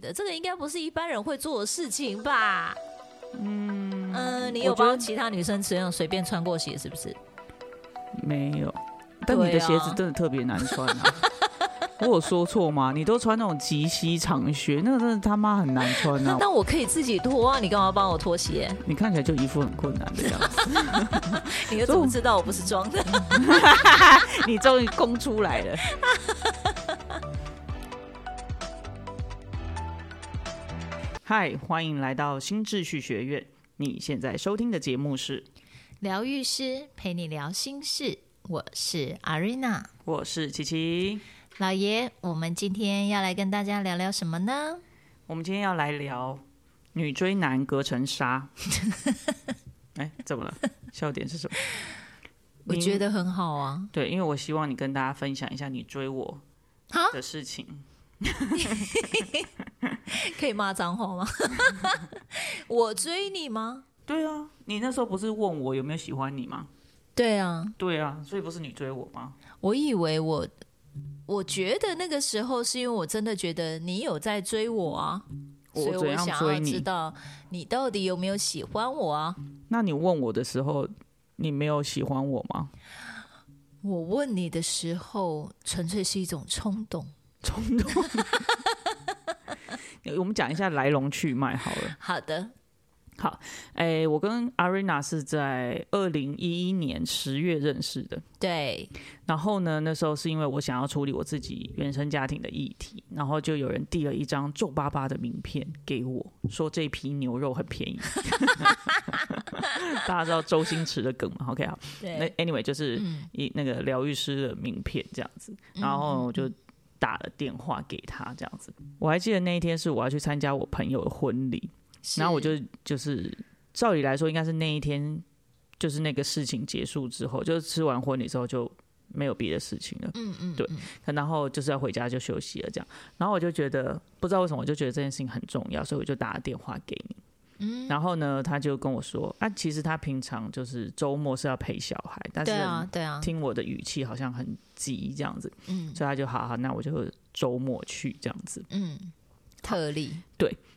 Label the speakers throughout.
Speaker 1: 的，这个应该不是一般人会做的事情吧？
Speaker 2: 嗯
Speaker 1: 嗯，你有
Speaker 2: 我觉得
Speaker 1: 帮其他女生这样随便穿过鞋是不是？
Speaker 2: 没有，但
Speaker 1: 对
Speaker 2: 你的鞋
Speaker 1: 啊
Speaker 2: 子真的特别难穿 啊。我有说错吗？你都穿那种及膝长靴，那个真的他妈很难穿
Speaker 1: 那
Speaker 2: 啊！
Speaker 1: 那我可以自己脱啊，你干嘛帮我脱鞋？
Speaker 2: 你看起来就一副很困难的样子。
Speaker 1: 你又怎
Speaker 2: 所以我
Speaker 1: 么知道我不是装的？
Speaker 2: 你终于攻出来了。 嗨，欢迎来到新秩序学院。你现在收听的节目是，
Speaker 1: 疗愈师陪你聊心事，我是阿瑞娜
Speaker 2: 我是琪琪。
Speaker 1: 老爷。我们今天要来跟大家聊聊什么呢？
Speaker 2: 我们今天要来聊女追男隔层纱。 哎、怎么了？笑点是什么？
Speaker 1: 我
Speaker 2: 你
Speaker 1: 觉得很好啊，
Speaker 2: 对，因为我希望你跟大家分享一下你追我
Speaker 1: 哈
Speaker 2: 的事情。
Speaker 1: 可以骂脏话吗？ 我追你吗？
Speaker 2: 对啊，你那时候不是问我有没有喜欢你吗？
Speaker 1: 对啊，
Speaker 2: 对啊，所以不是你追我吗？
Speaker 1: 我以为我，我觉得那个时候是因为我真的觉得你有在追我啊，
Speaker 2: 我
Speaker 1: 所以
Speaker 2: 怎
Speaker 1: 我
Speaker 2: 样
Speaker 1: 想
Speaker 2: 追
Speaker 1: 要
Speaker 2: 你
Speaker 1: 知道你到底有没有喜欢我啊。
Speaker 2: 那你问我的时候，你没有喜欢我吗？
Speaker 1: 我问你的时候，纯粹是一种冲动。
Speaker 2: 冲动。 我们讲一下来龙去脉好了。
Speaker 1: 好的，
Speaker 2: 哎、我跟 Arena 是在二零一一年十月认识的。
Speaker 1: 对，
Speaker 2: 然后呢，那时候是因为我想要处理我自己原生家庭的议题，然后就有人递了一张皱巴巴的名片给我，说这批牛肉很便宜。 大家知道周星驰的梗吗？OK 好，那
Speaker 1: 对，
Speaker 2: anyway 就是
Speaker 1: 嗯
Speaker 2: 一那个疗愈师的名片这样子，然后我
Speaker 1: 嗯
Speaker 2: 就打了电话给他这样子。我还记得那一天是我要去参加我朋友的婚礼，
Speaker 1: 是
Speaker 2: 然后我就就是照理来说应该是那一天，就是那个事情结束之后，就是吃完婚礼之后就没有别的事情了，
Speaker 1: 嗯嗯，
Speaker 2: 对
Speaker 1: 嗯，
Speaker 2: 然后就是要回家就休息了这样。然后我就觉得不知道为什么，我就觉得这件事情很重要，所以我就打了电话给你。
Speaker 1: 嗯
Speaker 2: 然后呢，他就跟我说啊，其实他平常就是周末是要陪小孩，但是
Speaker 1: 对啊，对啊，
Speaker 2: 听我的语气好像很急这样子，
Speaker 1: 嗯
Speaker 2: 所以他就好好，那我就周末去这样子。
Speaker 1: 嗯，特例，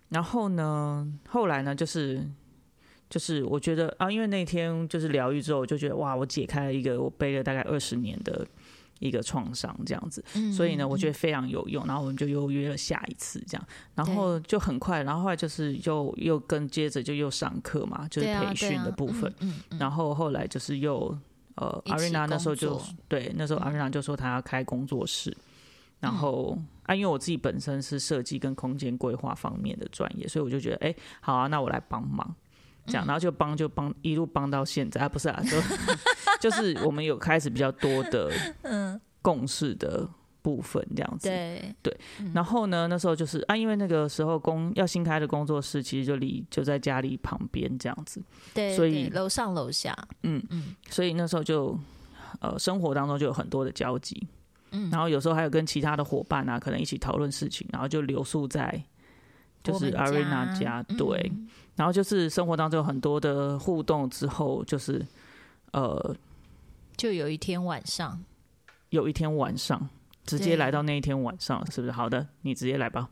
Speaker 2: 然后呢，后来呢，就是就是我觉得啊，因为那天就是疗愈之后，我就觉得哇，我解开了一个我背了大概二十年的一个创伤这样子，
Speaker 1: 嗯
Speaker 2: 所以呢，
Speaker 1: 嗯
Speaker 2: 我觉
Speaker 1: 嗯
Speaker 2: 得非常有用。然后我们就又约了下一次这样，然后就很快，然后后来就是又又跟接着就又上课嘛，就是
Speaker 1: 对啊
Speaker 2: 培训
Speaker 1: 对啊
Speaker 2: 的部分，
Speaker 1: 嗯嗯嗯
Speaker 2: 然后后来就是又。呃，
Speaker 1: 一
Speaker 2: 阿
Speaker 1: 起
Speaker 2: 瑞娜那时候就
Speaker 1: 工作嗯
Speaker 2: 对，那时候阿瑞娜就说她要开工作室，然后啊，因为我自己本身是设计跟空间规划方面的专业，所以我就觉得，哎、好啊，那我来帮忙，
Speaker 1: 嗯
Speaker 2: 这样，然后就帮就帮一路帮到现在啊，不是啊，就 就是我们有开始比较多的共识的部分这样子，
Speaker 1: 嗯对，
Speaker 2: 然后呢，那时候就是啊，因为那个时候工要新开的工作室，其实就离就在家里旁边这样子，
Speaker 1: 对，
Speaker 2: 所
Speaker 1: 对
Speaker 2: 以
Speaker 1: 楼上楼下，
Speaker 2: 嗯
Speaker 1: 嗯
Speaker 2: 所以那时候就呃生活当中就有很多的交集，
Speaker 1: 嗯
Speaker 2: 然后有时候还有跟其他的伙伴啊，可能一起讨论事情，然后就留宿在就
Speaker 1: 我
Speaker 2: 是
Speaker 1: 们
Speaker 2: 阿瑞娜
Speaker 1: 家
Speaker 2: 家，对，
Speaker 1: 嗯
Speaker 2: 然后就是生活当中有很多的互动之后，就是呃
Speaker 1: 就有一天晚上，
Speaker 2: 有一天晚上直接
Speaker 1: 对
Speaker 2: 来到那一天晚上，是不是？好的，你直接来吧，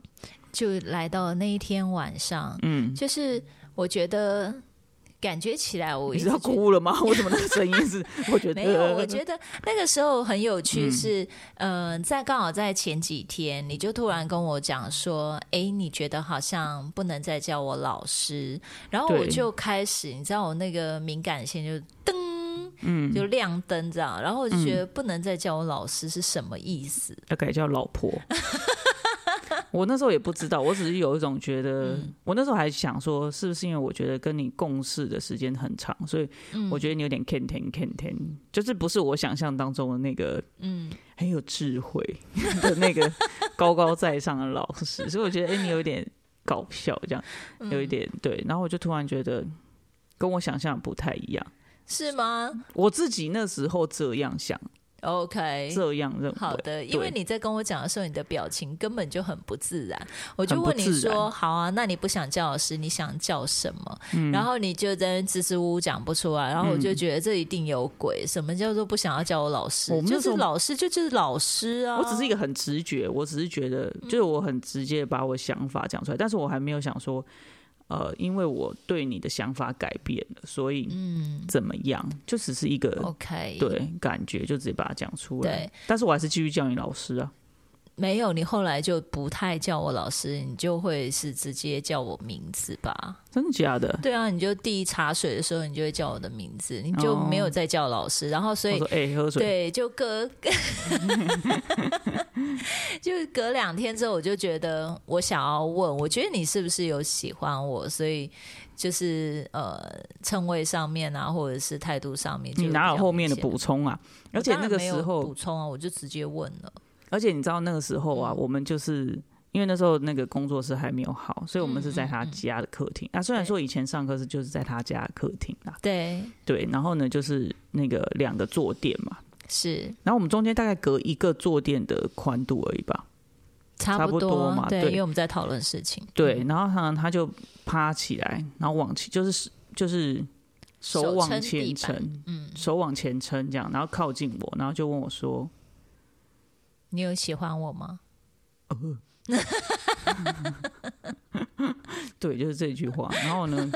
Speaker 1: 就来到那一天晚上，
Speaker 2: 嗯。
Speaker 1: 就是我觉得感觉起来我一
Speaker 2: 你
Speaker 1: 直
Speaker 2: 是要
Speaker 1: 觉得
Speaker 2: 哭了吗？ 为什么那个声音是？ 我觉得
Speaker 1: 没有，我觉得那个时候很有趣是，嗯、在刚好在前几天，你就突然跟我讲说，诶，你觉得好像不能再叫我老师，然后我
Speaker 2: 对
Speaker 1: 就开始，你知道我那个敏感线就噔，嗯，就亮灯这样，然后我就觉得
Speaker 2: 嗯
Speaker 1: 不能再叫我老师是什么意思？
Speaker 2: 要改叫老 婆。我那时候也不知道，我只是有一种觉得，
Speaker 1: 嗯
Speaker 2: 我那时候还想说，是不是因为我觉得跟你共事的时间很长，所以
Speaker 1: 嗯
Speaker 2: 我觉得你有点 can 天 can 天，就是不是我想象当中的那个
Speaker 1: 嗯，
Speaker 2: 很有智慧 的那个高高在上的老 师，所以我觉得哎、你有一点搞笑，这样
Speaker 1: 嗯
Speaker 2: 有一点对，然后我就突然觉得跟我想象不太一样，
Speaker 1: 是吗？
Speaker 2: 我自己那时候这样想，
Speaker 1: OK，
Speaker 2: 这样认为。
Speaker 1: 好的，因为
Speaker 2: 对
Speaker 1: 你在跟我讲的时候，你的表情根本就很不自然。我就
Speaker 2: 很不
Speaker 1: 问你
Speaker 2: 自然
Speaker 1: 说：“好啊，那你不想叫老师，你想叫什么？”
Speaker 2: 嗯
Speaker 1: 然后你就在那边支支吾吾讲不出来，然后我就觉得这一定有鬼。什么叫做不想要叫我老师？
Speaker 2: 我们
Speaker 1: 就
Speaker 2: 那时
Speaker 1: 是
Speaker 2: 候
Speaker 1: 老师，就就是老师啊。
Speaker 2: 我只是一个很直觉，我只是觉得，就是我很直接地把我想法讲出来，但是我还没有想说，呃，因为我对你的想法改变了，所以
Speaker 1: 嗯
Speaker 2: 怎么样，就只是一个、
Speaker 1: ，OK，，
Speaker 2: 对感觉，就直接把它讲出来。
Speaker 1: 对，
Speaker 2: 但是我还是继续叫你老师啊。
Speaker 1: 没有你后来就不太叫我老师，你就会是直接叫我名字吧？
Speaker 2: 真的假的？
Speaker 1: 对啊，你就递茶水的时候，你就会叫我的名字，你就没有
Speaker 2: 哦
Speaker 1: 再叫老师。然后所
Speaker 2: 我
Speaker 1: 以
Speaker 2: 说哎、欸喝水。
Speaker 1: 对，就隔， 就是隔两天之后，我就觉得我想要问，我觉得你是不是有喜欢我，所以就是呃，称谓上面啊，或者是态度上面就
Speaker 2: 你
Speaker 1: 比较明显，
Speaker 2: 哪有后面的补充啊？
Speaker 1: 我
Speaker 2: 而且
Speaker 1: 当
Speaker 2: 那
Speaker 1: 然
Speaker 2: 个
Speaker 1: 没
Speaker 2: 时
Speaker 1: 有
Speaker 2: 候
Speaker 1: 补充啊，我就直接问了。
Speaker 2: 而且你知道那个时候
Speaker 1: 嗯
Speaker 2: 啊，我们就是因为那时候那个工作室还没有好，所以我们
Speaker 1: 嗯
Speaker 2: 是在他家的客厅。啊，虽然说以前上课是就是在他家的客厅啊，
Speaker 1: 对，
Speaker 2: 对。然后呢，就是那个两个坐垫嘛，
Speaker 1: 是
Speaker 2: 然后我们中间大概隔一个坐垫的宽度而已吧。
Speaker 1: 差
Speaker 2: 差
Speaker 1: 不
Speaker 2: 不多嘛
Speaker 1: 对，
Speaker 2: 对
Speaker 1: 因为我们在讨论事情，
Speaker 2: 对，然后他他就趴起来，然后往前就是就是手往
Speaker 1: 撑
Speaker 2: 前
Speaker 1: 地板
Speaker 2: 撑，
Speaker 1: 嗯，
Speaker 2: 手往前撑这样，然后靠近我，然后就问我说
Speaker 1: 你有喜欢我吗？：“
Speaker 2: 对，就是这句话。”然后呢，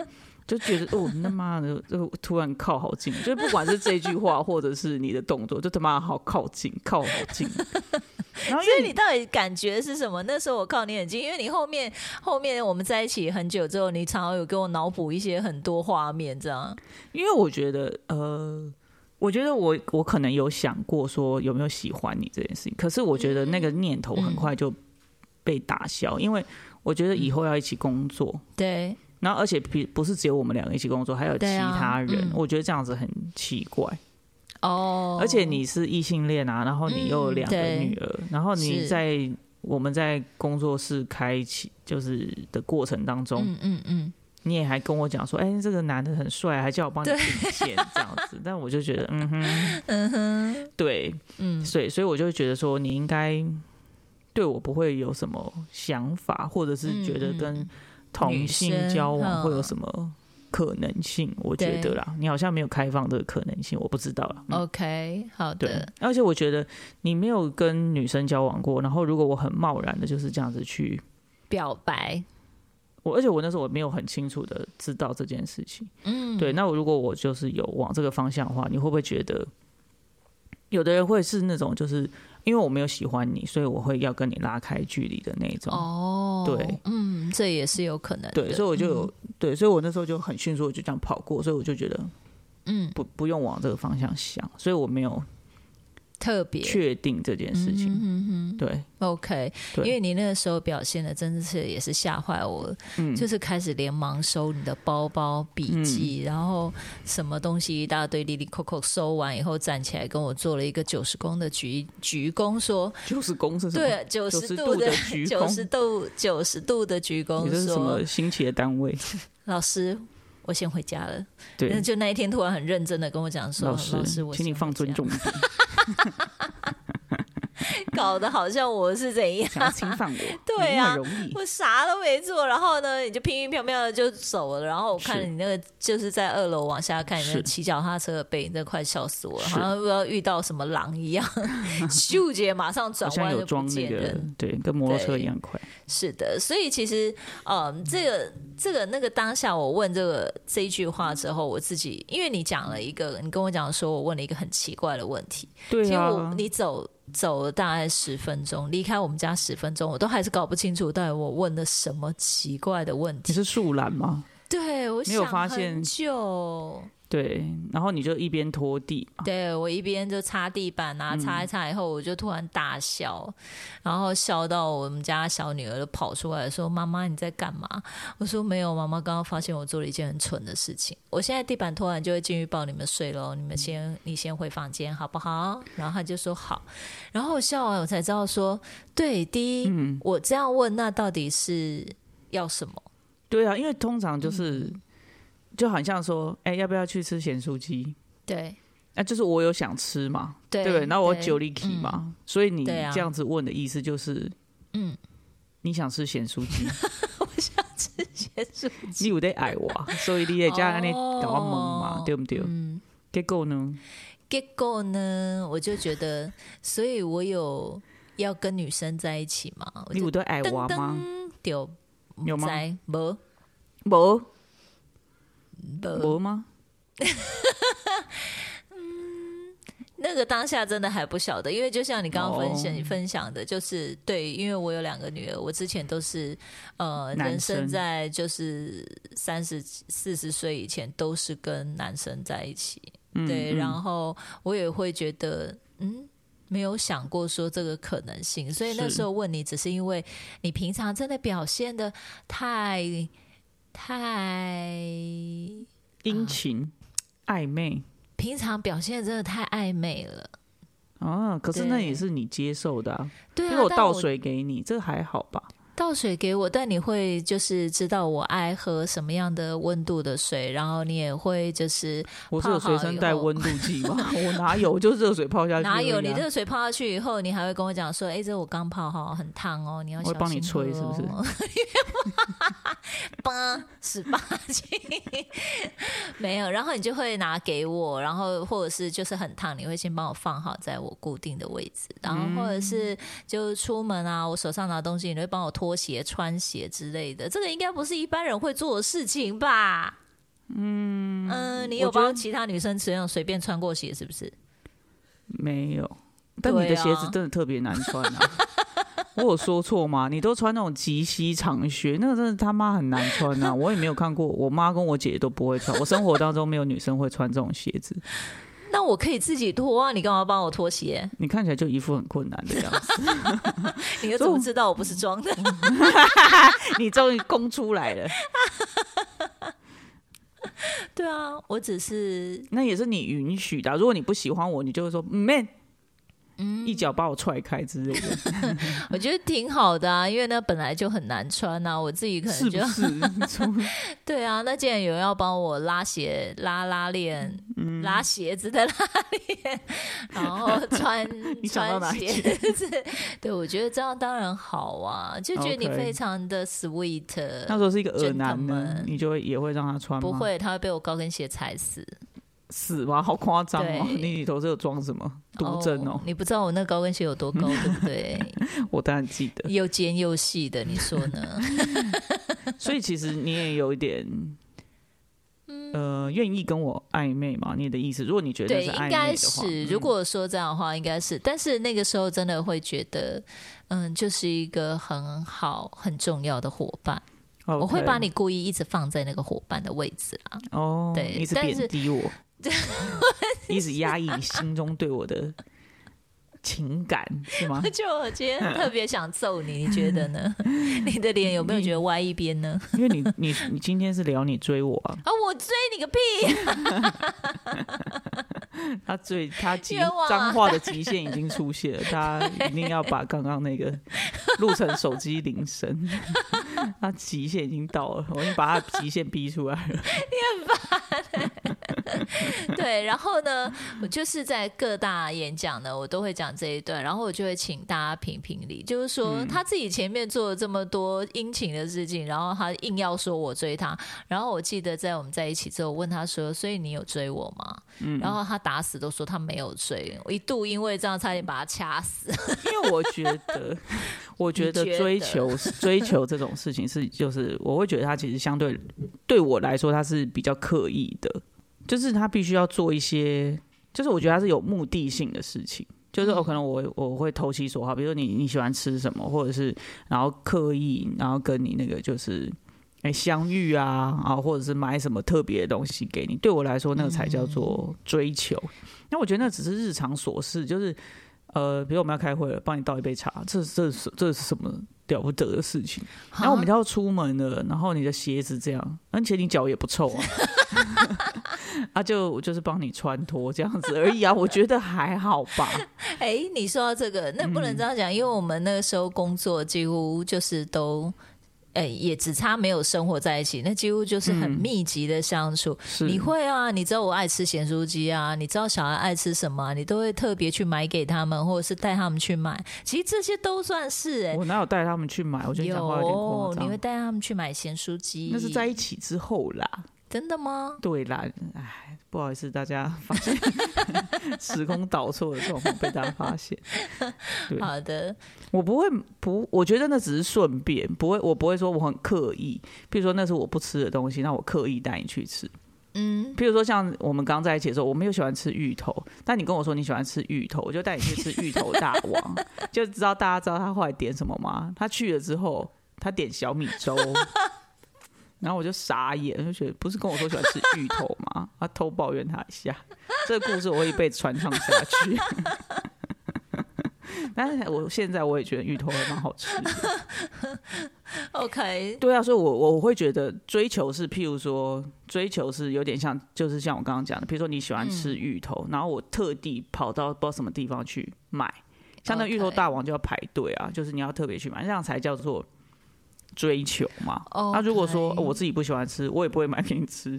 Speaker 2: 就觉得哦，他妈的，就突然靠好近，就是不管是这句话或者是你的动作，就他妈好靠近，靠好近。 然后因
Speaker 1: 所
Speaker 2: 为
Speaker 1: 以你到底感觉是什么？那时候我靠你很近，因为你后面后面我们在一起很久之后，你常常有给我脑补一些很多画面，这样
Speaker 2: 因为我觉得，呃，我觉得我我可能有想过说有没有喜欢你这件事情，可是我觉得那个念头很
Speaker 1: 嗯
Speaker 2: 快就被打消，因为我觉得以后要一起工作，
Speaker 1: 对
Speaker 2: 然后而且比不是只有我们两个一起工作，还有其
Speaker 1: 对啊
Speaker 2: 他人，
Speaker 1: 嗯
Speaker 2: 我觉得这样子很奇怪。
Speaker 1: 哦
Speaker 2: 而且你是异性恋啊，然后你又有两个
Speaker 1: 嗯对
Speaker 2: 女儿，然后你
Speaker 1: 是
Speaker 2: 在我们在工作室开启就是的过程当中，
Speaker 1: 嗯嗯嗯，
Speaker 2: 你也还跟我讲说，哎、这个男的很帅，还叫我帮你
Speaker 1: 对
Speaker 2: 引荐这样子，但我就觉得，嗯哼，嗯哼，对，
Speaker 1: 嗯
Speaker 2: 所以所以我就觉得说，你应该对我不会有什么想法，或者是觉得跟同性交
Speaker 1: 女
Speaker 2: 往
Speaker 1: 生
Speaker 2: 会有什么可能性？我觉得啦，你好像没有开放这个可能性，我不知道啦。嗯
Speaker 1: OK，好
Speaker 2: 对
Speaker 1: 的，，
Speaker 2: 而且我觉得你没有跟女生交往过，然后如果我很贸然的就是这样子去，
Speaker 1: 表白，
Speaker 2: 我而且我那时候我没有很清楚的知道这件事情。
Speaker 1: 嗯，
Speaker 2: 对，那我如果我就是有往这个方向的话，你会不会觉得，有的人会是那种就是因为我没有喜欢你，所以我会要跟你拉开距离的那一种。
Speaker 1: 哦，
Speaker 2: 对，
Speaker 1: 嗯，这也是有可能的，
Speaker 2: 对，所以我就有、对，所以我那时候就很迅速地就这样跑过，所以我就觉得
Speaker 1: 嗯
Speaker 2: 不不用往这个方向想，所以我没有
Speaker 1: 特别
Speaker 2: 确定这件事情。
Speaker 1: 嗯嗯
Speaker 2: 对，
Speaker 1: ，OK，因
Speaker 2: 对
Speaker 1: 为你那个时候表现的真的是也是吓坏我了，
Speaker 2: 嗯，
Speaker 1: 就是开始连忙收你的包包、笔记，
Speaker 2: 嗯
Speaker 1: 然后什么东西一大堆，里里扣扣收完以后，站起来跟我做了一个九十公的鞠鞠躬，说
Speaker 2: 就是公是：“什么？
Speaker 1: 对，九十
Speaker 2: 90
Speaker 1: 度
Speaker 2: 度
Speaker 1: 的
Speaker 2: 的鞠
Speaker 1: 九十
Speaker 2: 躬，
Speaker 1: 度九十度的鞠躬
Speaker 2: 你这，是什
Speaker 1: 说
Speaker 2: 么新奇的单位？
Speaker 1: 老师，我先回家了。”那
Speaker 2: 对，
Speaker 1: 就那一天突然很认真的跟我讲说：“
Speaker 2: 老
Speaker 1: 老
Speaker 2: 师，
Speaker 1: 我
Speaker 2: 请你
Speaker 1: 先回
Speaker 2: 放尊
Speaker 1: 家
Speaker 2: 重一 点，
Speaker 1: 搞得好像我是怎样。”
Speaker 2: 想要侵犯我，
Speaker 1: 对啊
Speaker 2: 没那么容易。
Speaker 1: 我啥都没做，然后呢，你就乒乒乓乓的就走了。然后我看
Speaker 2: 是
Speaker 1: 你那个，就是在二楼往下看，你那
Speaker 2: 是
Speaker 1: 骑脚踏车的背影，真的快笑死我了，
Speaker 2: 是
Speaker 1: 好像不知道遇到什么狼一 样，咻姐马上
Speaker 2: 好
Speaker 1: 转
Speaker 2: 像
Speaker 1: 弯
Speaker 2: 有
Speaker 1: 就不
Speaker 2: 装那
Speaker 1: 见
Speaker 2: 个
Speaker 1: 人。，
Speaker 2: 对，跟摩托车
Speaker 1: 对
Speaker 2: 一样快。
Speaker 1: 是的，所以其实，嗯，这个这个那个当下，我问这个这一句话之后，我自己因为你讲了一个，你跟我讲说我问了一个很奇怪的问题，
Speaker 2: 对
Speaker 1: 结果
Speaker 2: 啊，
Speaker 1: 你走走了大概十分钟，离开我们家十分钟，我都还是搞不清楚到底我问了什么奇怪的问
Speaker 2: 你
Speaker 1: 题。
Speaker 2: 是树懒吗？
Speaker 1: 对，我
Speaker 2: 没有
Speaker 1: 想
Speaker 2: 发现
Speaker 1: 很久。
Speaker 2: 对，然后你就一边拖地嘛，
Speaker 1: 对我一边就擦地板啊，擦一擦以后，我就突然大笑，然后笑到我们家小女儿就跑出来说：“妈妈，你在干嘛？”我说：“没有，妈妈刚刚发现我做了一件很蠢的事情，我现在地板拖完就会进去抱你们睡喽，你们先你先回房间好不好？”然后她就说：“好。”然后我笑完我才知道说，对，第一，嗯我这样问那到底是要什么？
Speaker 2: 对啊，因为
Speaker 1: 嗯
Speaker 2: 通常就是、就好像说，哎、要不要去吃咸酥鸡？
Speaker 1: 对，
Speaker 2: 那、就是我有想吃嘛，
Speaker 1: 对
Speaker 2: 对不对？那我九
Speaker 1: 里
Speaker 2: 里 k 嘛、所以你
Speaker 1: 对啊
Speaker 2: 这样子问的意思就是，
Speaker 1: 嗯，
Speaker 2: 你想吃咸酥鸡，
Speaker 1: 结束，
Speaker 2: 你有在爱我，啊所以你也加安尼搞我懵嘛
Speaker 1: 哦，
Speaker 2: 对不对？
Speaker 1: 嗯。
Speaker 2: 结果呢？
Speaker 1: 结果呢，我就觉得，所以我有要跟女生在一起嘛，我
Speaker 2: 你
Speaker 1: 就
Speaker 2: 有在爱
Speaker 1: 噔
Speaker 2: 我吗？
Speaker 1: 噔丢
Speaker 2: 有吗？
Speaker 1: 在没
Speaker 2: 无
Speaker 1: 没，
Speaker 2: 无吗？
Speaker 1: 那个当下真的还不晓得，因为就像你刚刚分享、
Speaker 2: 哦
Speaker 1: 分享的，就是对，因为我有两个女儿，我之前都是呃，
Speaker 2: 男
Speaker 1: 人生
Speaker 2: 生
Speaker 1: 在就是三十四十岁以前都是跟男生在一起，
Speaker 2: 嗯
Speaker 1: 对，
Speaker 2: 嗯
Speaker 1: 然后我也会觉得，嗯，没有想过说这个可能性，所以那
Speaker 2: 是
Speaker 1: 时候问你，只是因为你平常真的表现的太太，啊
Speaker 2: 殷勤、暧昧
Speaker 1: 平常表现得真的太暧昧了，
Speaker 2: 啊，可是那
Speaker 1: 对
Speaker 2: 也是你接受的、啊，
Speaker 1: 对
Speaker 2: 因
Speaker 1: 啊，
Speaker 2: 为我
Speaker 1: 但
Speaker 2: 倒水给你，这还好吧？
Speaker 1: 倒水给我，但你会就是知道我爱喝什么样的温度的水，然后你也会就是
Speaker 2: 我是
Speaker 1: 泡
Speaker 2: 有
Speaker 1: 好
Speaker 2: 随
Speaker 1: 以
Speaker 2: 身带
Speaker 1: 后
Speaker 2: 温度计吗？ 我哪有？我就热水泡下去而已啊、
Speaker 1: 哪有你这个水泡下去以后，你还会跟我讲说，哎、这我刚泡好，很烫哦，你要小
Speaker 2: 我会
Speaker 1: 心、哦、
Speaker 2: 帮你吹是不是？
Speaker 1: 八十八斤没有，然后你就会拿给我，然后或者是就是很烫，你会先帮我放好在我固定的位置，然后或者是就出门啊，我手上拿东西，你会帮我脱鞋、穿鞋之类的，这个应该不是一般人会做的事情吧？嗯你有
Speaker 2: 我觉得
Speaker 1: 帮其他女生这样随便穿过鞋是不是？
Speaker 2: 没有，但
Speaker 1: 对
Speaker 2: 你的鞋
Speaker 1: 啊
Speaker 2: 子真的特别难穿啊！ 我有说错吗？你都穿那种及膝长靴，那个真的他妈很难穿啊！我也没有看过，我妈跟我姐都不会穿。我生活当中没有女生会穿这种鞋子，
Speaker 1: 那我可以自己脱啊，你干嘛帮我脱鞋？
Speaker 2: 你看起来就一副很困难的样子。
Speaker 1: 你又怎么知道我不是装的？
Speaker 2: 你终于攻出来了，
Speaker 1: 对啊，我只是
Speaker 2: 那也是你允许的啊、如果你不喜欢我，你就会说嗯 man，一
Speaker 1: 嗯
Speaker 2: 脚把我踹开之 类的，
Speaker 1: 我觉得挺好的啊，因为那本来就很难穿啊，我自己可
Speaker 2: 是
Speaker 1: 能就
Speaker 2: 不？
Speaker 1: 是 对啊。那既然有人要帮我拉鞋、拉拉链、
Speaker 2: 嗯
Speaker 1: 拉鞋子的拉链， 然后穿
Speaker 2: 你想到哪
Speaker 1: 穿
Speaker 2: 里
Speaker 1: 鞋
Speaker 2: 去
Speaker 1: 子， 对我觉得这样当然好啊，就觉得你
Speaker 2: OK
Speaker 1: 非常的 sweet。
Speaker 2: 那时 候是一个恶男呢
Speaker 1: Gentleman，
Speaker 2: 你就会也会让他穿吗？
Speaker 1: 不会，他会被我高跟鞋踩死。
Speaker 2: 死吗？好夸张哦！
Speaker 1: 对
Speaker 2: 你里头是有装什么毒针哦？
Speaker 1: 你不知道我那高跟鞋有多高，对不对？
Speaker 2: 我当然记得。
Speaker 1: 又尖又细的，你说呢？
Speaker 2: 所以其实你也有 一点，
Speaker 1: 嗯
Speaker 2: 呃，愿意跟我暧昧嘛？你的意思，如果你觉得
Speaker 1: 对，
Speaker 2: 是暧
Speaker 1: 应
Speaker 2: 昧
Speaker 1: 该
Speaker 2: 的话，嗯
Speaker 1: 是。如果说这样的话，应该是。但是那个时候真的会觉得，嗯，就是一个很好、很重要的伙伴。
Speaker 2: 嗯
Speaker 1: 我会把
Speaker 2: OK
Speaker 1: 你故意一直放在那个伙伴的位置啊。
Speaker 2: 哦，
Speaker 1: 对
Speaker 2: 你一直
Speaker 1: 但是
Speaker 2: 贬低 我， 一直压抑你心中对我的情感 是吗？
Speaker 1: 就我今天特别想揍你，你觉得呢？你的脸有没有觉得歪一边呢？
Speaker 2: 因为你你你今天是聊你追我啊，
Speaker 1: 啊，我追你个屁！
Speaker 2: 他最他极
Speaker 1: 冤枉啊
Speaker 2: 脏话的极限已经出现了，他一定要把刚刚那个录成手机 铃声，他极限已经到了，我已经把他极限逼出来了。
Speaker 1: 对，然后呢，我就是在各大演讲呢，我都会讲这一段，然后我就会请大家评评理，就是说、
Speaker 2: 嗯
Speaker 1: 他自己前面做了这么多殷勤的事情，然后他硬要说我追他，然后我记得在我们在一起之后，我问他说：“所以你有追我吗？”
Speaker 2: 嗯
Speaker 1: 然后他打死都说他没有追，我一度因为这样差点把他掐死。
Speaker 2: 因为我觉得，我觉得
Speaker 1: 你觉得
Speaker 2: 追求追求这种事情是，就是我会觉得他其实相对对我来说，他是比较刻意的，就是他必须要做一些，就是我觉得他是有目的性的事情。就是我、哦、可能我我会投其所好，比如说你你喜欢吃什么，或者是然后刻意然后跟你那个就是哎、相遇啊啊，或者是买什么特别的东西给你，对我来说那个才叫做追求。那我觉得那只是日常琐事，就是呃，比如我们要开会了，帮你倒一杯茶，这这是这是什么了不得的事情？然后我们就要出门了，然后你的鞋子这样，而且你脚也不臭啊， 啊就我就是帮你穿脱这样子而已啊，我觉得还好吧。
Speaker 1: 哎，
Speaker 2: 嗯
Speaker 1: 你说到这个，那不能这样讲，因为我们那个时候工作几乎就是都呃、也只差没有生活在一起，那几乎就是很密集的相处。
Speaker 2: 是
Speaker 1: 你会啊，你知道我爱吃咸酥鸡啊，你知道小孩爱吃什么啊、你都会特别去买给他们，或者是带他们去买。其实这些都算是哎、
Speaker 2: 我哪有带他们去买？我觉得你讲话有点
Speaker 1: 有
Speaker 2: 夸，
Speaker 1: 你会带
Speaker 2: 张。
Speaker 1: 他们去买咸酥鸡？
Speaker 2: 那是在一起之后啦，
Speaker 1: 真的吗？
Speaker 2: 对啦，哎，不好意思，大家发现 时空倒错的状况被大家发现。对
Speaker 1: 好的，
Speaker 2: 我不会不，我觉得那只是顺便，不会，我不会说我很刻意。比如说那是我不吃的东西，那我刻意带你去吃。
Speaker 1: 嗯，
Speaker 2: 比如说像我们刚在一起的时候，我没有喜欢吃芋头，但你跟我说你喜欢吃芋头，我就带你去吃芋头大王，就知道大家知道他后来点什么吗？他去了之后，他点小米粥，然后我就傻眼，就觉得不是跟我说喜欢吃芋头吗？他偷抱怨他一下，这个故事我会一辈子传唱下去。 但是我现在我也觉得芋头还蛮好吃的。
Speaker 1: OK，
Speaker 2: 对啊，所以我我会觉得追求是，譬如说追求是有点像，就是像我刚刚讲的，譬如说你喜欢吃芋头，然后我特地跑到不知道什么地方去买，像那芋头
Speaker 1: OK
Speaker 2: 大王就要排队啊，就是你要特别去买，这样才叫做追求嘛。那、
Speaker 1: 哦，
Speaker 2: 如果说、呃我自己不喜欢吃，我也不会买给你吃。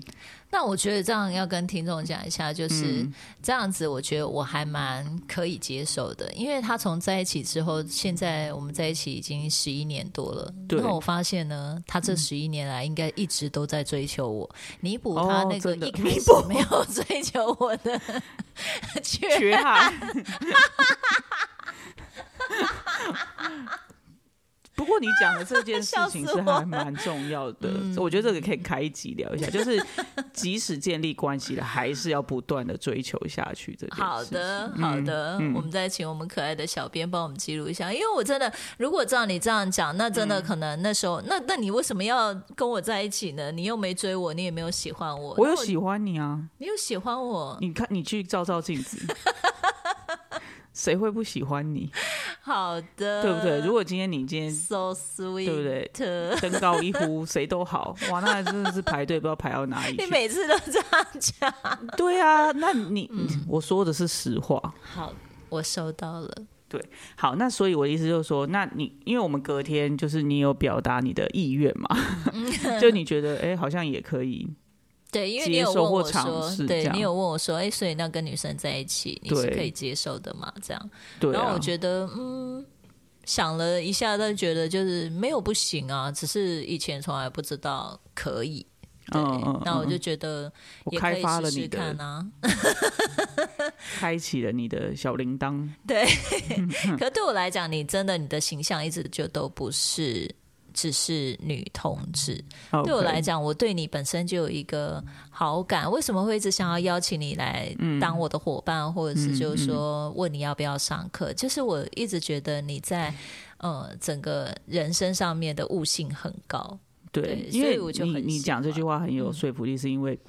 Speaker 1: 那我觉得这样要跟听众讲一下，就是、
Speaker 2: 嗯
Speaker 1: 这样子，我觉得我还蛮可以接受的，因为他从在一起之后，现在我们在一起已经十一年多了。
Speaker 2: 对嗯
Speaker 1: 那我发现呢，他这十一年来应该一直都在追求我，弥补他
Speaker 2: 哦
Speaker 1: 那个
Speaker 2: 真 的
Speaker 1: 一开
Speaker 2: 弥
Speaker 1: 始没有追求我的 缺
Speaker 2: 缺憾。 不过你讲的这件事情是还蛮重要 的，我觉得这个可以开一集聊
Speaker 1: 嗯
Speaker 2: 一下，就是即使建立关系了，还是要不断的追求下去这件事。
Speaker 1: 好，的，好的，
Speaker 2: 嗯
Speaker 1: 我们再请我们可爱的小编帮我们记录一下，因为我真的，如果照你这样讲，那
Speaker 2: 嗯
Speaker 1: 真的可能那时候，那那你为什么要跟我在一起呢？你又没追我，你也没有喜欢我，
Speaker 2: 我有
Speaker 1: 那
Speaker 2: 喜欢你啊，
Speaker 1: 你有喜欢我，
Speaker 2: 你看你去照照镜子，谁会不喜欢你？
Speaker 1: 好的，
Speaker 2: 对不对？如果今天你今天
Speaker 1: so sweet，
Speaker 2: 对不对
Speaker 1: 对？
Speaker 2: 登高一呼， 谁都好，哇，那真的是排队不知道排到哪里
Speaker 1: 你
Speaker 2: 去。
Speaker 1: 每次 都这样讲，
Speaker 2: 对啊，那你、
Speaker 1: 嗯
Speaker 2: 我说的是实话。
Speaker 1: 好，我收到了，
Speaker 2: 好，那所以我的意思就是说，那你因为我们隔天就是你有表达你的意愿嘛，
Speaker 1: 嗯
Speaker 2: 就你觉得哎、好像也可以，
Speaker 1: 对，因为你
Speaker 2: 接
Speaker 1: 有
Speaker 2: 受
Speaker 1: 问
Speaker 2: 或
Speaker 1: 我
Speaker 2: 尝
Speaker 1: 说
Speaker 2: 试，这
Speaker 1: 对
Speaker 2: 样
Speaker 1: 你有问我说，哎，所以那跟女生在一起，你是
Speaker 2: 对
Speaker 1: 可以接受的吗？这样。
Speaker 2: 对
Speaker 1: 然后
Speaker 2: 啊
Speaker 1: 我，觉得，嗯，想了一下，但觉得就是没有不行啊，只是以前从来不知道可以。对，
Speaker 2: 嗯嗯
Speaker 1: 那我就
Speaker 2: 嗯
Speaker 1: 觉得
Speaker 2: 我
Speaker 1: 也可
Speaker 2: 开
Speaker 1: 以
Speaker 2: 发了
Speaker 1: 试
Speaker 2: 你
Speaker 1: 试看
Speaker 2: 的，
Speaker 1: 啊。
Speaker 2: 开启了你的小铃铛，
Speaker 1: 对，可 对我来讲，你真的你的形象一直就都不是。只是女同志，对我
Speaker 2: OK
Speaker 1: 来，讲，我对你本身就有一个好感。为什么会一直想要邀请你来
Speaker 2: 嗯
Speaker 1: 当我的伙伴，或者是就是说问你要不要上课？就是我一直觉得你在呃整个人生上面的悟性很高。
Speaker 2: 对
Speaker 1: 对，
Speaker 2: 因
Speaker 1: 所
Speaker 2: 为
Speaker 1: 以我就
Speaker 2: 你
Speaker 1: 很
Speaker 2: 你
Speaker 1: 喜
Speaker 2: 讲这句话很有
Speaker 1: 嗯
Speaker 2: 说服力，是因为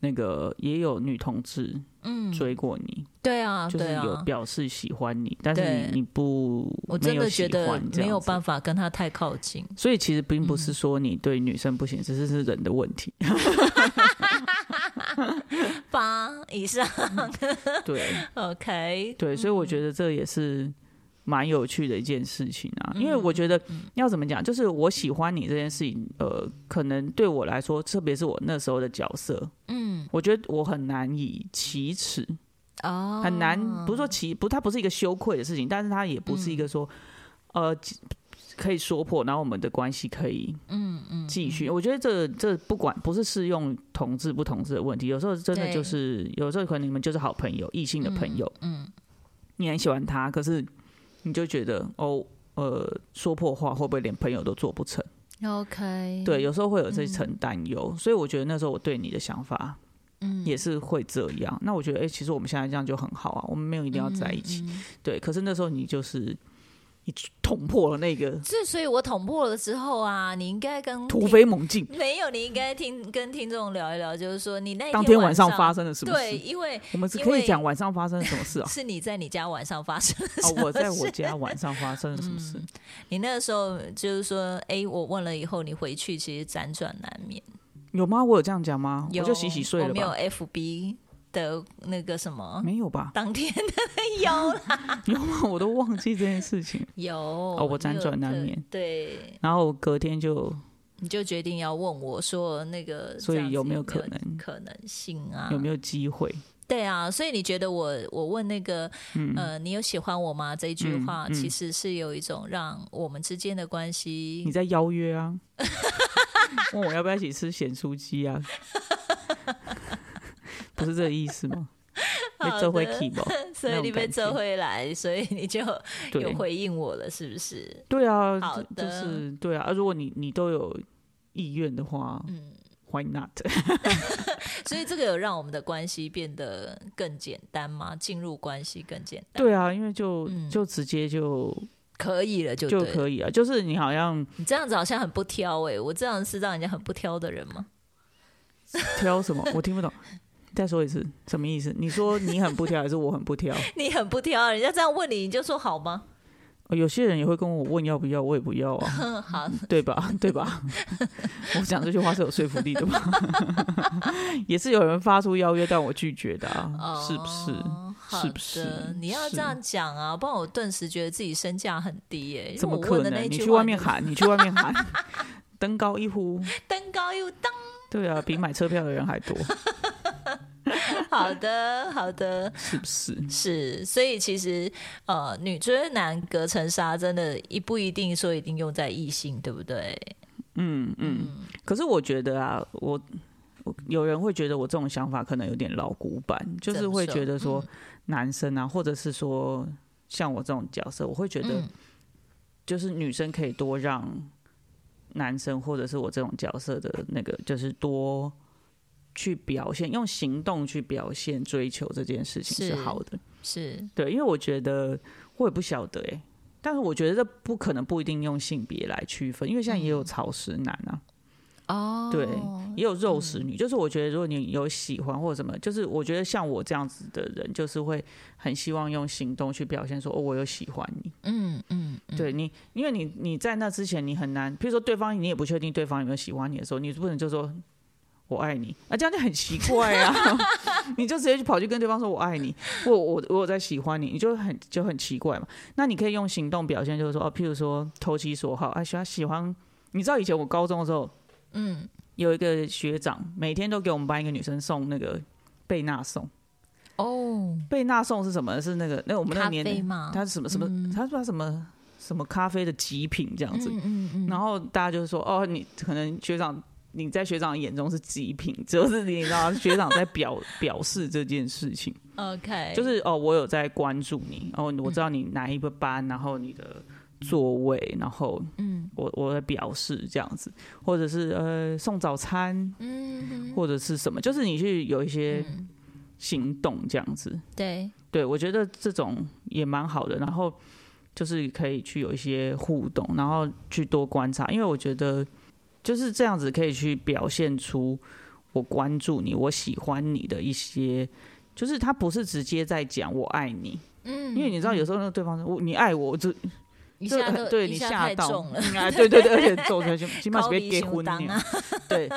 Speaker 2: 那个也有女同志
Speaker 1: 嗯，
Speaker 2: 追过你，
Speaker 1: 对啊，
Speaker 2: 就是
Speaker 1: 对
Speaker 2: 有
Speaker 1: 啊。
Speaker 2: 表示喜欢你，但是
Speaker 1: 对
Speaker 2: 你你不
Speaker 1: 我真的觉得没有
Speaker 2: 法。
Speaker 1: 办法嗯跟他太靠近，
Speaker 2: 所以其实并不是说你对女生不行，只是是人的 问题。
Speaker 1: 八以上
Speaker 2: 对，
Speaker 1: ，OK，
Speaker 2: 对，所以我觉得这也是蛮有趣的一件事情啊，因为我觉得要怎么讲，就是我喜欢你这件事情，呃，可能对我来说，特别是我那时候的角色，嗯，我觉得我很难以启齿，
Speaker 1: 哦，
Speaker 2: 很难，不是说启，不，它不是一个羞愧的事情，但是它也不是一个说，呃。可以说破，然后我们的关系可以，嗯嗯，继续。我觉得这这不管不是适用同志不同志的问题，有时候真的
Speaker 1: 对
Speaker 2: 就是，有时候可能你们就是好朋友，异性的朋友，
Speaker 1: 嗯，
Speaker 2: 你很喜欢他，可是你就觉得哦，呃，说破话会不会连朋友都做不成？
Speaker 1: 嗯，OK，嗯
Speaker 2: 对，，有时候会有这层担忧，所以我觉得那时候我对你的想法，嗯，也是会这样。那我觉得，哎、其实我们现在这样就很好啊，我们没有一定要在一
Speaker 1: 嗯
Speaker 2: 起。对，可是那时候你就是你捅破了那个
Speaker 1: 这所以我捅破了之后啊，你应该跟
Speaker 2: 突
Speaker 1: 听
Speaker 2: 飞猛进，
Speaker 1: 没有，你应该听跟听众聊一聊，就是说你那一
Speaker 2: 当
Speaker 1: 天
Speaker 2: 天
Speaker 1: 晚
Speaker 2: 晚上发生了什么
Speaker 1: 对，
Speaker 2: 事？
Speaker 1: 因为
Speaker 2: 我们是
Speaker 1: 因
Speaker 2: 可以
Speaker 1: 为
Speaker 2: 讲晚上发生了什么事啊
Speaker 1: ？是你在你家晚上发生的
Speaker 2: 哦
Speaker 1: 什，
Speaker 2: 我
Speaker 1: 么
Speaker 2: 在我
Speaker 1: 事
Speaker 2: 家晚上发生了什么事？
Speaker 1: 嗯你那个时候就是说， 哎，我问了以后，你回去其实辗转难眠。
Speaker 2: 有吗？我有这样讲吗？我
Speaker 1: 有
Speaker 2: 就洗洗睡
Speaker 1: 我
Speaker 2: 了
Speaker 1: 没有
Speaker 2: 吧。
Speaker 1: FB，的那个什么
Speaker 2: 没有吧？
Speaker 1: 当天的有啦
Speaker 2: 有吗？ 我都忘记这件事情。
Speaker 1: 有
Speaker 2: 哦我辗转难
Speaker 1: 你有
Speaker 2: 眠
Speaker 1: 特对，
Speaker 2: 然后隔天就，
Speaker 1: 你就决定要问我说那个，
Speaker 2: 所以
Speaker 1: 这样子
Speaker 2: 有
Speaker 1: 有
Speaker 2: 没有
Speaker 1: 有
Speaker 2: 可能
Speaker 1: 可能性啊？
Speaker 2: 有没有机会？
Speaker 1: 对啊，所以你觉得我我问那个、呃，你有喜欢我吗？这一句
Speaker 2: 嗯
Speaker 1: 话、
Speaker 2: 嗯
Speaker 1: 其实是有一种让我们之间的关系
Speaker 2: 你 在邀约啊？ 问我要不要一起吃咸酥鸡啊？ 不是这个意思吗？被
Speaker 1: 好
Speaker 2: 这会
Speaker 1: 的
Speaker 2: keep 哦
Speaker 1: 所以
Speaker 2: 那
Speaker 1: 你
Speaker 2: 种
Speaker 1: 被
Speaker 2: 感
Speaker 1: 折
Speaker 2: 觉
Speaker 1: 回来，所以你就有
Speaker 2: 对
Speaker 1: 回应我了，是不是？
Speaker 2: 对啊，
Speaker 1: 好
Speaker 2: 就就
Speaker 1: 的
Speaker 2: 是对啊。啊如果你你都有意愿的话，
Speaker 1: 嗯，
Speaker 2: why not？
Speaker 1: 所以这个有让我们的关系变得更简单吗？进入关系更简单，
Speaker 2: 对啊，因为就、
Speaker 1: 嗯
Speaker 2: 就直接就
Speaker 1: 可以了就
Speaker 2: 就
Speaker 1: 对了。
Speaker 2: 可以啊，就是你好像
Speaker 1: 你这样子好像很不挑哎、我这样是让人家很不挑的人吗？
Speaker 2: 挑什么，我听不懂。 再说一次，什么意思？你说你很不挑，还是我很不挑？
Speaker 1: 你很不挑，人家这样问你，你就说好吗？
Speaker 2: 哦有些人也会跟我问要不要，我也不要啊，
Speaker 1: 嗯， 好，
Speaker 2: 对吧？对吧？ 我讲这句话是有说服力的吧？ 也是有人发出邀约，但我拒绝的啊，
Speaker 1: 哦
Speaker 2: 是不是？
Speaker 1: 好
Speaker 2: 是不是
Speaker 1: 的你要
Speaker 2: 是
Speaker 1: 这样讲啊，不然我顿时觉得自己身价很低耶、因
Speaker 2: 怎
Speaker 1: 为我
Speaker 2: 么可
Speaker 1: 问的
Speaker 2: 能？
Speaker 1: 那一
Speaker 2: 你
Speaker 1: 句
Speaker 2: 去
Speaker 1: 话哎
Speaker 2: 外面喊，你去外面喊， 登高一呼，
Speaker 1: 登高又登。
Speaker 2: 对啊，比买车票的人还多，
Speaker 1: 好的， 好的，
Speaker 2: 是不是？
Speaker 1: 是，所以其实呃，女追男隔层纱，真的，一不一定说一定用在异性，对不对？
Speaker 2: 嗯嗯，可是我觉得啊，我我有人会觉得我这种想法可能有点老古板，就
Speaker 1: 怎
Speaker 2: 是
Speaker 1: 么
Speaker 2: 会
Speaker 1: 说嗯
Speaker 2: 觉得说男生啊，或者是说像我这种角色，我会觉得
Speaker 1: 嗯
Speaker 2: 就是女生可以多让男生或者是我这种角色的那个，就是多去表现，用行动去表现追求这件事情是
Speaker 1: 是
Speaker 2: 好的。
Speaker 1: 是，
Speaker 2: 对，因为我觉得我也不晓得哎、但是我觉得这不可能不一定用性别来区分，因为现在也有草食男啊，
Speaker 1: 哦，
Speaker 2: 对，也有肉食女。就是我觉得如果你有喜欢或者什么，就是我觉得像我这样子的人，就是会很希望用行动去表现说，哦，我有喜欢你。
Speaker 1: 嗯嗯，嗯，
Speaker 2: 对你，因为你你在那之前你很难，譬如说对方你也不确定对方有没有喜欢你的时候，你不能就说。我爱你啊，这样就很奇怪啊！ 你就直接去跑去跟对方说我爱你，我我我有在喜欢你，你就很就很奇怪嘛。那你可以用行动表现，就是说哦，譬如说投其所好，啊，喜欢喜欢。你知道以前我高中的时候，
Speaker 1: 嗯，
Speaker 2: 有一个学长每天都给我们班一个女生送那个贝纳颂，
Speaker 1: 哦，
Speaker 2: 贝纳颂是什么？是那个那我们那个
Speaker 1: 咖
Speaker 2: 年
Speaker 1: 啡
Speaker 2: 代，
Speaker 1: 嘛，
Speaker 2: 它是什么什么？他说它什么什么咖啡的极品这样子。
Speaker 1: 嗯嗯嗯，
Speaker 2: 然后大家就说：“哦，你可能学长你在学长眼中是极品，就是你知道学长在表 表示这件事情，
Speaker 1: OK，
Speaker 2: 就是哦，我有在关注你，然后我知道
Speaker 1: 嗯
Speaker 2: 你哪一个班，然后你的座位，然后
Speaker 1: 嗯
Speaker 2: 我我在表示这样子，或者是呃送早餐
Speaker 1: 嗯，
Speaker 2: 或者是什么，就是你去有一些
Speaker 1: 嗯
Speaker 2: 行动这样子。
Speaker 1: 对，
Speaker 2: 对我觉得这种也蛮好的，然后就是可以去有一些互动，然后去多观察，因为我觉得就是这样子可以去表现出我关注你，我喜欢你的一些。就是他不是直接在讲我爱你，
Speaker 1: 嗯，
Speaker 2: 因为你知道有时候那个对方说我哦你爱我，我就
Speaker 1: 一
Speaker 2: 就
Speaker 1: 下
Speaker 2: 很
Speaker 1: 都
Speaker 2: 对
Speaker 1: 一
Speaker 2: 你
Speaker 1: 下
Speaker 2: 吓
Speaker 1: 太
Speaker 2: 到
Speaker 1: 重了，
Speaker 2: 嗯啊，对对对，而且重 才起起码是
Speaker 1: 高
Speaker 2: 别
Speaker 1: 低
Speaker 2: 结
Speaker 1: 相
Speaker 2: 婚
Speaker 1: 当
Speaker 2: 了
Speaker 1: 啊，
Speaker 2: 对，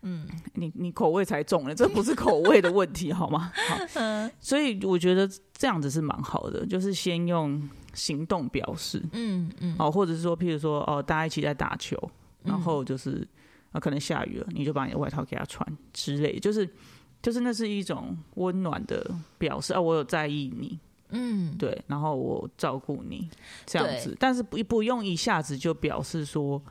Speaker 2: 嗯，你你口味才重了，这不是口味的问题，好吗？好，
Speaker 1: 嗯
Speaker 2: 所以我觉得这样子是蛮好的，就是先用行动表示
Speaker 1: 嗯嗯，
Speaker 2: 哦，或者是说，譬如说哦，大家一起在打球，然
Speaker 1: 嗯
Speaker 2: 后就是啊、可能下雨了，你就把你的外套给他穿之类，就是就是那是一种温暖的表示啊，我有在意你，
Speaker 1: 嗯，
Speaker 2: 对，然后我照顾你这样
Speaker 1: 对
Speaker 2: 子，但是不不用一下子就表示说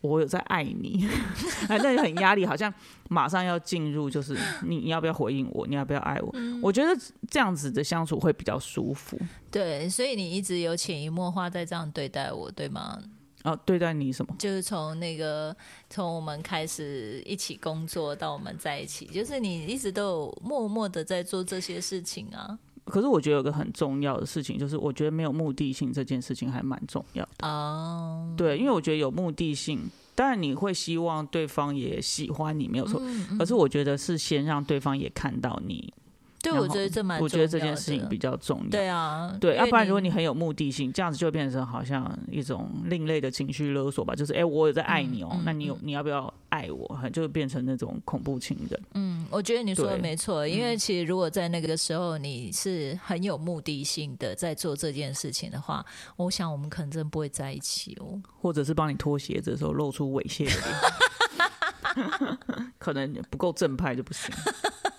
Speaker 2: 我有在爱你， 哎，那就很压力，好像马上要进入就是你你要不要回应我，你要不要爱我？
Speaker 1: 嗯
Speaker 2: 我觉得这样子的相处会比较舒服。
Speaker 1: 对，所以你一直有潜移默化在这样对待我，对吗？
Speaker 2: 哦，对待你什么？
Speaker 1: 就是从那个从我们开始一起工作到我们在一起，就是你一直都有默默的在做这些事情啊。
Speaker 2: 可是我觉得有个很重要的事情，就是我觉得没有目的性这件事情还蛮重要的。
Speaker 1: 哦，
Speaker 2: 对，因为我觉得有目的性，当然你会希望对方也喜欢你，没有错。
Speaker 1: 嗯
Speaker 2: 可是我觉得是先让对方也看到你
Speaker 1: 对，
Speaker 2: 然
Speaker 1: 我
Speaker 2: 后
Speaker 1: 觉得这蛮重要的，
Speaker 2: 我觉得这件事情比较重要。
Speaker 1: 对啊，
Speaker 2: 对，
Speaker 1: 因
Speaker 2: 要、
Speaker 1: 为
Speaker 2: 不然如果你很有目的性，这样子就变成好像一种另类的情绪勒索吧，就是哎、我有在爱你哦、
Speaker 1: 嗯嗯
Speaker 2: 那你有你要不要爱我？很就变成那种恐怖情人。
Speaker 1: 嗯，我觉得你说的
Speaker 2: 对嗯
Speaker 1: 没错，因为其实如果在那个时候你是很有目的性的在做这件事情的话，我想我们可能真不会在一起哦。
Speaker 2: 或者是帮你脱鞋子的时候露出猥亵的脸， 可能不够正派就不行，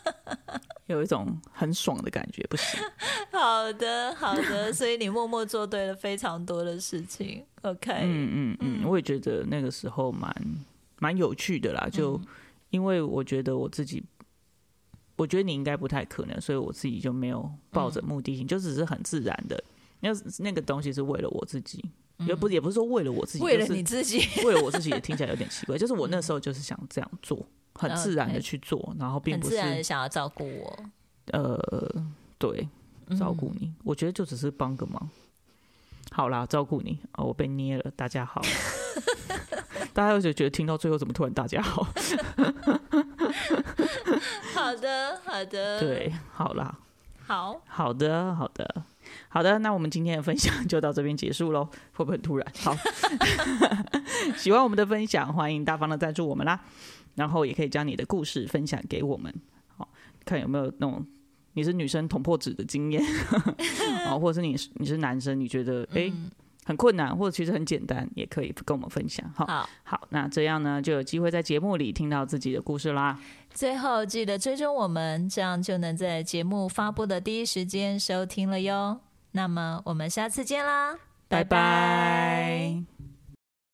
Speaker 2: 有一种很爽的感觉，不行。
Speaker 1: 好的，好 的，所以你默默做对了非常多的事情。OK，
Speaker 2: 嗯嗯嗯，我也觉得那个时候蛮蛮有趣的啦，
Speaker 1: 嗯
Speaker 2: 就因为我觉得我自己。我觉得你应该不太可能，所以我自己就没有抱
Speaker 1: 嗯
Speaker 2: 着目的性，就只是很自然的。那那个东西是为了我自己，也不也不是说为了我自
Speaker 1: 嗯
Speaker 2: 己，
Speaker 1: 为了
Speaker 2: 就是
Speaker 1: 你自己，
Speaker 2: 为了我自己也听起来有点 奇怪，就是我那时候就是想这样做，很自然的去做，然后
Speaker 1: 嗯
Speaker 2: 并
Speaker 1: 很
Speaker 2: 不
Speaker 1: 自
Speaker 2: 是
Speaker 1: 然的想要照顾我。
Speaker 2: 呃，对，
Speaker 1: 嗯
Speaker 2: 照顾你，我觉得就只是帮个忙。好啦，照顾你哦，我被捏了，大家好。大家就觉得听到最后怎么突然大家好？
Speaker 1: 嗯好的，好的，，
Speaker 2: 对，好啦，
Speaker 1: 好，
Speaker 2: 好的，好的，好的，那我们今天的分享就到这边结束喽，会不会很突然？好， 喜欢我们的分享，欢迎大方的赞助我们啦，然后也可以将你的故事分享给我们，好，看有没有那种你是女生捅破纸的经验，啊，或者是你是你是男生，你觉得哎、诶很困难，或者其实很简单，也可以跟我们分享。好，
Speaker 1: 好。
Speaker 2: 好，那这样呢，就有机会在节目里听到自己的故事啦。
Speaker 1: 最后记得追踪我们，这样就能在节目发布的第一时间收听了哟。那么我们下次见啦，
Speaker 2: 拜拜